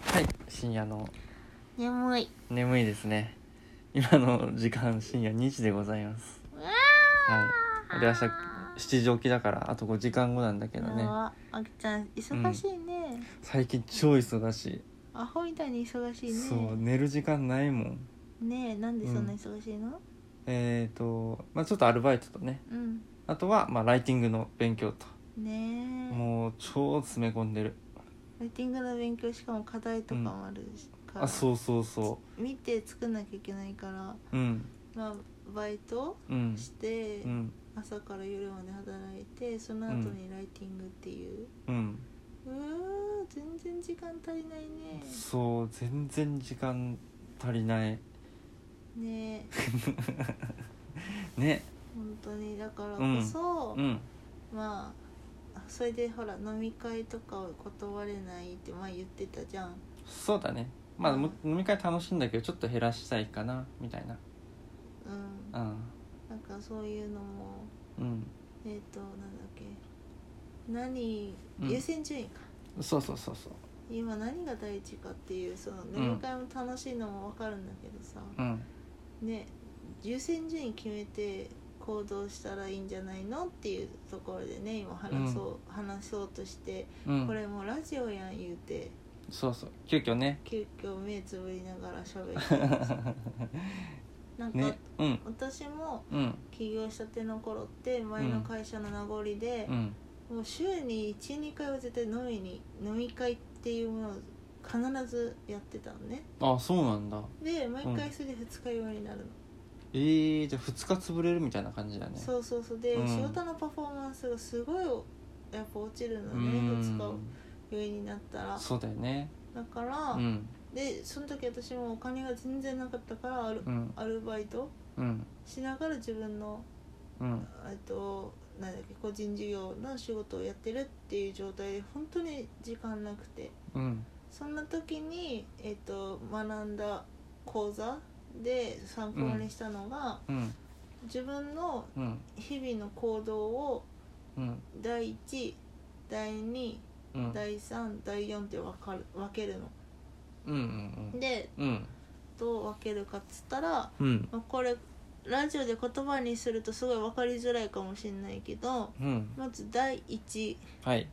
はい深夜の眠い眠いですね今の時間深夜2時でございますうわはいで明日7時起きだからあと5時間後なんだけどーねやばあきちゃん忙しいね、最近超忙しアホみたいに忙しいいそうね寝る時間ないもんねえなんでそんな忙しいのえっ、とまあちょっとアルバイトとねうん、あとはまあライティングの勉強とねえもう超詰め込んでるライティングの勉強しかも課題とかもあるし、からあそうそうそ見て作んなきゃいけないからううんまあバイトうんして、うん朝から夜まで働いてその後にライティングっていう、うんうわー全然時間足りないねそう全然時間足りないねえね本当にだからこそ、うんまあそれでほら飲み会とかを断れないって前言ってたじゃんそうだねまあ、うんむ飲み会楽しいんだけどちょっと減らしたいかなみたいなうんうなんかそういうのもんえっ、となんだっけ何うん優先順位か、うんそうそうそうそう今何が第一かっていうその飲み会も楽しいのも分かるんだけどさ、うんね優先順位決めて行動したらいいんじゃないのっていうところでね今話そう、話そうとして、うんこれもうラジオやん言うてそうそう急遽 ね急遽目つぶりながら喋 ってますなんか、ねうん私もうん起業したての頃って前の会社の名残でう、んもう週に12回は絶対飲みに飲み会っていうものを必ずやってたのねあそうなんだで毎回それで2日用になるの、えー、じゃあ2日潰れるみたいな感じだねそうそうそうで、うん仕事のパフォーマンスがすごいやっぱ落ちるのうねん2日上になったらそうだよねだから、うんでその時私もお金が全然なかったからアル,、うんアルバイトうんしながら自分のうんえっとなんだっけ個人事業の仕事をやってるっていう状態で本当に時間なくてうんそんな時に、えっと学んだ講座で参考にしたのが、うん自分のうん日々の行動をうん第1第2うん第3第4って分かる分けるの。うんうんでうんどう分けるかっつったら、うんまあこれラジオで言葉にするとすごい分かりづらいかもしれないけどうんまず第1はい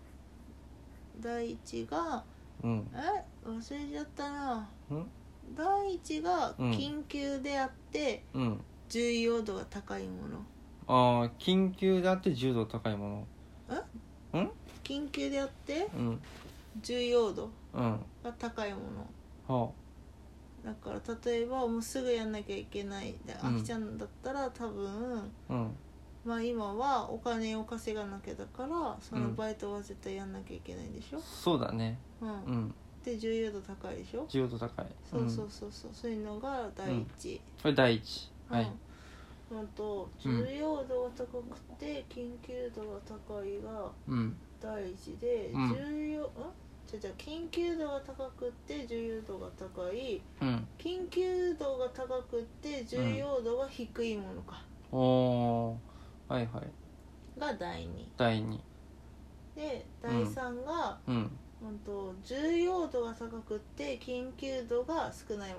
第1がうんえ忘れちゃったなうん第1がうん緊急であって、うん重要度が高いものあー緊急であって重度高いも緊急であってのうん重要度うんはが高いものあだから例えばもうすぐやんなきゃいけないでうあんきちゃんだったら多分うんまあ今はお金を稼がなきゃだからそうのんバイトは絶対やんなきゃいけないでしょ、そうだねうんうんで重要度高いでしょ重要度高いそうそうんそうそうそういうのが第一、これ第一うんはいあとうん重要度が高くて緊急度が高いがうん第一でうん重要、んじゃじゃ緊急度が高くって重要度が高いうん緊急度が高くって重要度が低いものか、おーはいはいが第2第二で第3が、うんうん、と重要度が高くって緊急度が少ない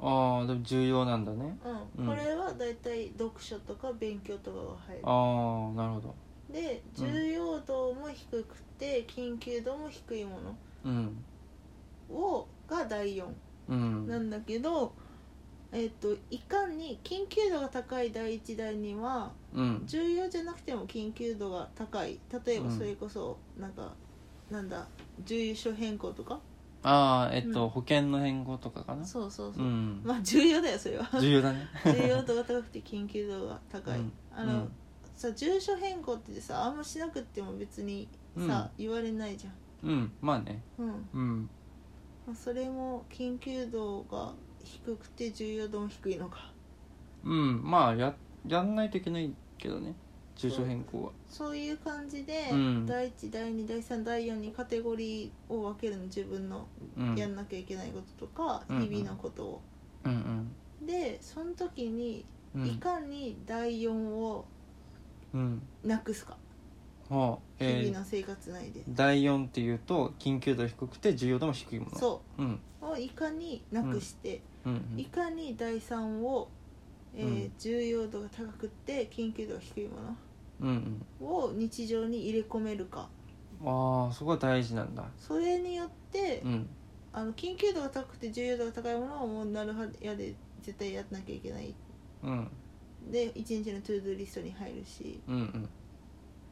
もああでも重要なんだねの、ううんんこれはだいたい読書とか勉強とかが入るああなるほどでうん重要度も低くて緊急度も低いもうんのをが第4うんなんだけど、えっといかに緊急度が高い第1第2はうん重要じゃなくても緊急度が高い例えばうんそれこそなんか、なんだ重要変更とかああえっと、うん保険の変更とかかなそうそううそう、んまあ重要だよそれは重要だね重要度が高くて緊急度が高い、うんあの、さ住所変更ってさあんましなくっても別にさ、言われないじゃうん、うん、まあねん、うんうんまあ、それも緊急度が低くて重要度も低いのかうんまあややんないといけないけどね住所変更はそういう感じで、うん第1第2第3第4にカテゴリーを分けるの自分のうやんんなきゃいけないこととか、うん日々のことを、うんでその時にうんういんかに第4をうんなくすか、あはあえー日々の生活内で、第4っていうと緊急度が低くて重要度も低いものそうんうをいかになくして、うんういんかに第3を、えーうん重要度が高くって緊急度が低いもうんのを日常に入れ込めるかうんああそこが大事なんだそれによって、うんあの緊急度が高くて重要度が高いものをもうなるはやで絶対やんなきゃいけないうんで1日のトゥードゥーリストに入るしうんうん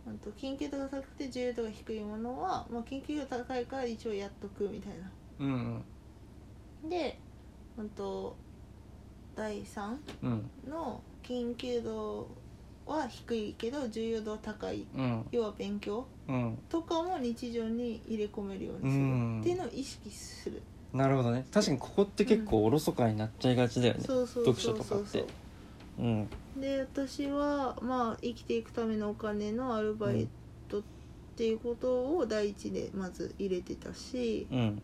あと緊急度が高くて重要度が低いものは、まあ、緊急度が高いから一応やっとくみたいなうんで、うんと、第3うんうんの緊急度は低いけど重要度は高いうん要は勉強うんとかも日常に入れ込めるようにする、うんっていうのを意識するなるほどね確かにここって結構おろそかになっちゃいがちだよねそうそう読そ書うとそかっうそてううんで私はまあ生きていくためのお金のアルバイトっていうことを第一でまず入れてたしうん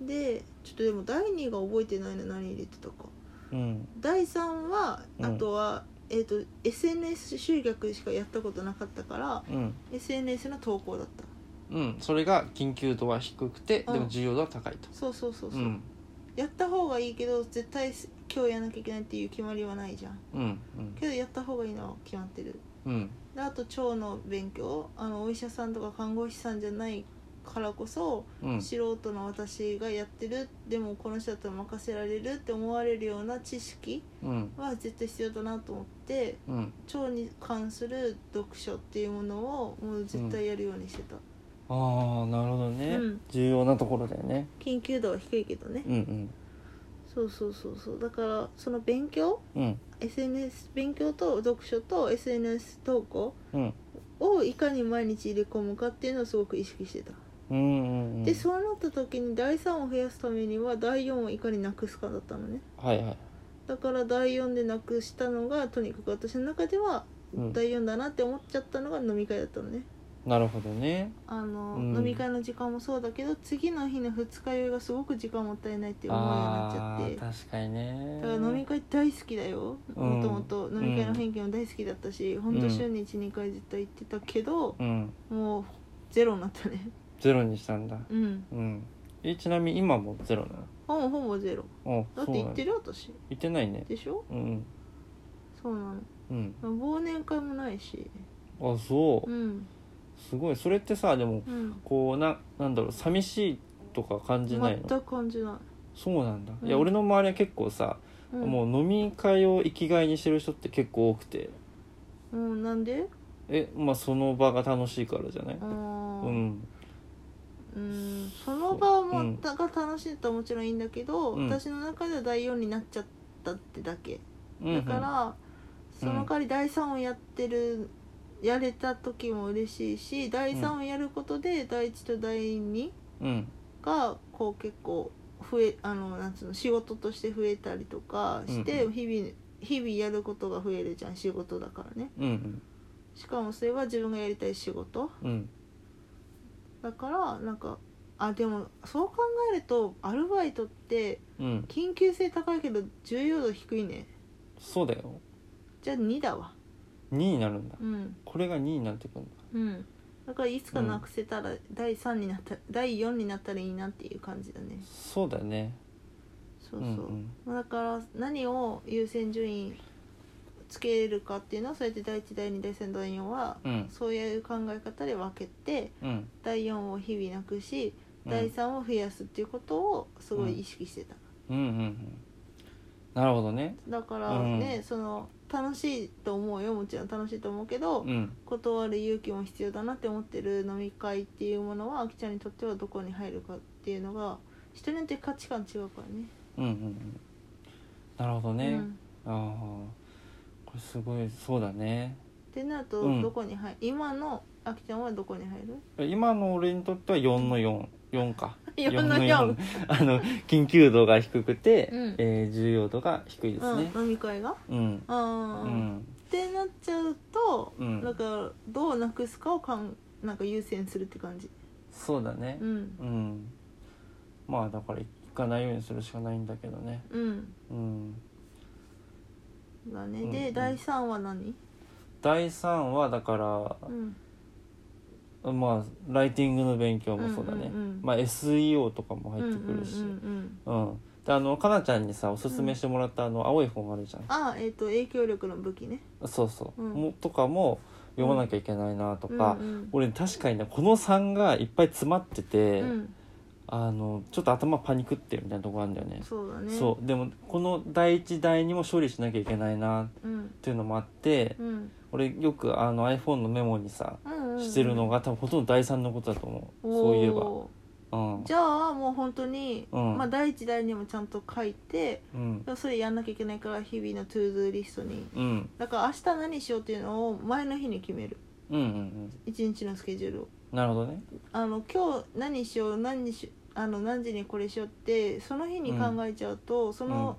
でちょっとでも第二が覚えてないの何入れてたかうん第3はうんあとは、えー、と SNS 集客しかやったことなかったからうん、 SNS の投稿だったうん、それが緊急度は低くて、うんでも重要度は高いとそうそうそううそう、んやった方がいいけど絶対す今日やらなきゃいけないっていう決まりはないじゃんうんうんけどやった方がいいのは決まってるうんであと腸の勉強あのお医者さんとか看護師さんじゃないからこそ、うん素人の私がやってるでもこの人だったら任せられるって思われるような知識うんは絶対必要だなと思ってうん腸に関する読書っていうものをもう絶対やるようにしてた、ああなるほどね、うん重要なところだよね緊急度は低いけどね、うんそうそうそうそうだからその勉強うんうん SNS 勉強と読書と SNS 投稿うんをいかに毎日入れ込むかっていうのをすごく意識してた、うんうんうんでそうなった時に第3を増やすためには第4をいかになくすかだったのねはいはいだから第4でなくしたのがとにかく私の中ではうん第4だなって思っちゃったのが飲み会だったのねなるほどねあの、うん飲み会の時間もそうだけど次の日の二日酔いがすごく時間もったいないって思うようになっちゃってあー確かにねだから飲み会大好きだようんもともと飲み会の雰囲気も大好きだったし、ほんと週に12回絶対行ってたけど、うんもうゼロになったねゼロにしたんだうんうんえちなみに今もゼロなほぼほぼゼロのあだってそう行なっんてるよ私行ってないねでしょうんそうなのうん忘年会もないしあそううんすごいそれってさでもうんこうななんだろう寂しいとか感じない全のく感じなそうなんだ、うんいや俺の周りは結構さ、い、うん、もう飲み会を生きがいにしてる人って結構多くてうんなんでえまあその場が楽しいからじゃないあーうんうんその場も、うんが楽しいとはもちろんいいんだけど、うん私の中では第4になっちゃったってだけうんだから、その代わり第3をやってるやれた時も嬉しいし第3をやることで第1と第2うんがこう結構増えあのなんつうの仕事として増えたりとかして、うんう日々日々やることが増えるじゃん仕事だからねうんうんしかもそれは自分がやりたい仕事うんだからなんかあでもそう考えるとアルバイトってうん緊急性高いけど重要度低いねそうだよじゃあ2だわ2になるんだうんこれが2になってくんだうんだからいつかなくせたら第3になった第4になったらいいなっていう感じだねそうだねそうそう、んうんまあだから何を優先順位つけるかっていうのはそうやって第1第2第3第4はうんそういう考え方で分けてうん第4を日々なくしうん第3を増やすっていうことをすごい意識してた、うんうんうんなるほどねだからね、その楽しいと思うよもちろん楽しいと思うけど、うん断る勇気も必要だなって思ってる飲み会っていうものはあきちゃんにとってはどこに入るかっていうのが人によって価値観違うからね。うんうんうんなるほどね、うんああこれすごいそうだねってなるとうんどこに入る、今のあきちゃんはどこに入る今の俺にとっては4の44か4の4あの緊急度が低くて、うんえー重要度が低いですねうん、飲み会がうんあうー、んってなっちゃうと、うんなんかどうなくすかをかんなんか優先するって感じそうだねうんうん、まあだから行かないようにするしかないんだけどねうんうんだね、うんで、うん第3は何第3はだからうんまあライティングの勉強もそうだね、うんうんうんまあ SEO とかも入ってくるしうんうんうんうんうんであのかなちゃんにさおすすめしてもらったあの青い本あるじゃん、あえっ、と影響力の武器ねそうそう、うんもとかも読まなきゃいけないなとか、うんうん俺確かにねこの3がいっぱい詰まってて、うんあのちょっと頭パニクってるみたいなとこあるんだよねそうだねそうでもこの第1第2も処理しなきゃいけないなっう、うんていうのもあって、うん俺よくあの iPhone のメモにさうんうん、してるのが多分ほとんど第3のことだと思うそういえばおうんーじゃあもう本当に、うんまあ第一第二もちゃんと書いてうんそれやんなきゃいけないから日々のトゥードゥーリストにうんだから明日何しようっていうのを前の日に決めるうんうんうん一日のスケジュールをなるほどねあの今日何しよう何にしあの何時にこれしようってその日に考えちゃうと、その,、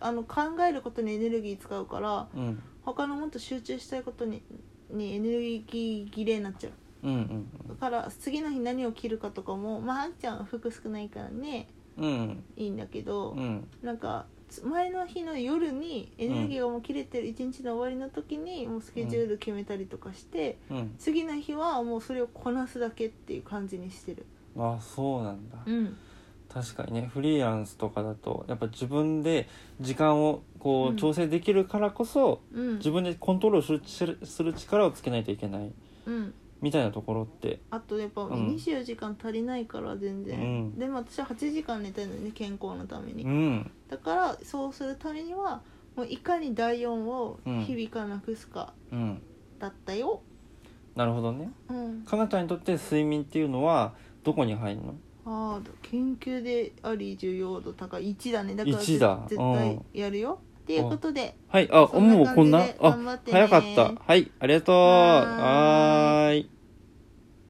あの考えることにエネルギー使うからうん他のもっと集中したいことににエネルギー切れになっちゃううんだから次の日何を着るかとかもまああんちゃんは服少ないからねうんうんいいんだけうど、んなんかつ前の日の夜にエネルギーがもう切れてる一日の終わりの時にもうスケジュール決めたりとかして、うん次の日はもうそれをこなすだけっていう感じにしてる。あそうなんだうん確かにねフリーランスとかだとやっぱ自分で時間をこうんう調整できるからこそ、うん、自分でコントロールするするする力をつけないといけないうん、みたいなところってあとやっぱうん24時間足りないから全然、うんでも私は8時間寝たいのね健康のために、うんだからそうするためにはもういかに第4を日々からなくすかうんだったよ、なるほどねうん、かなちゃんにとって睡眠っていうのはどこに入るのああ研究であり重要度高い1だねだから1だ絶絶うん対やるよ、っていうことではいあそんなもうこんな感じであ頑張ってね早かったはいありがとうはーいはーい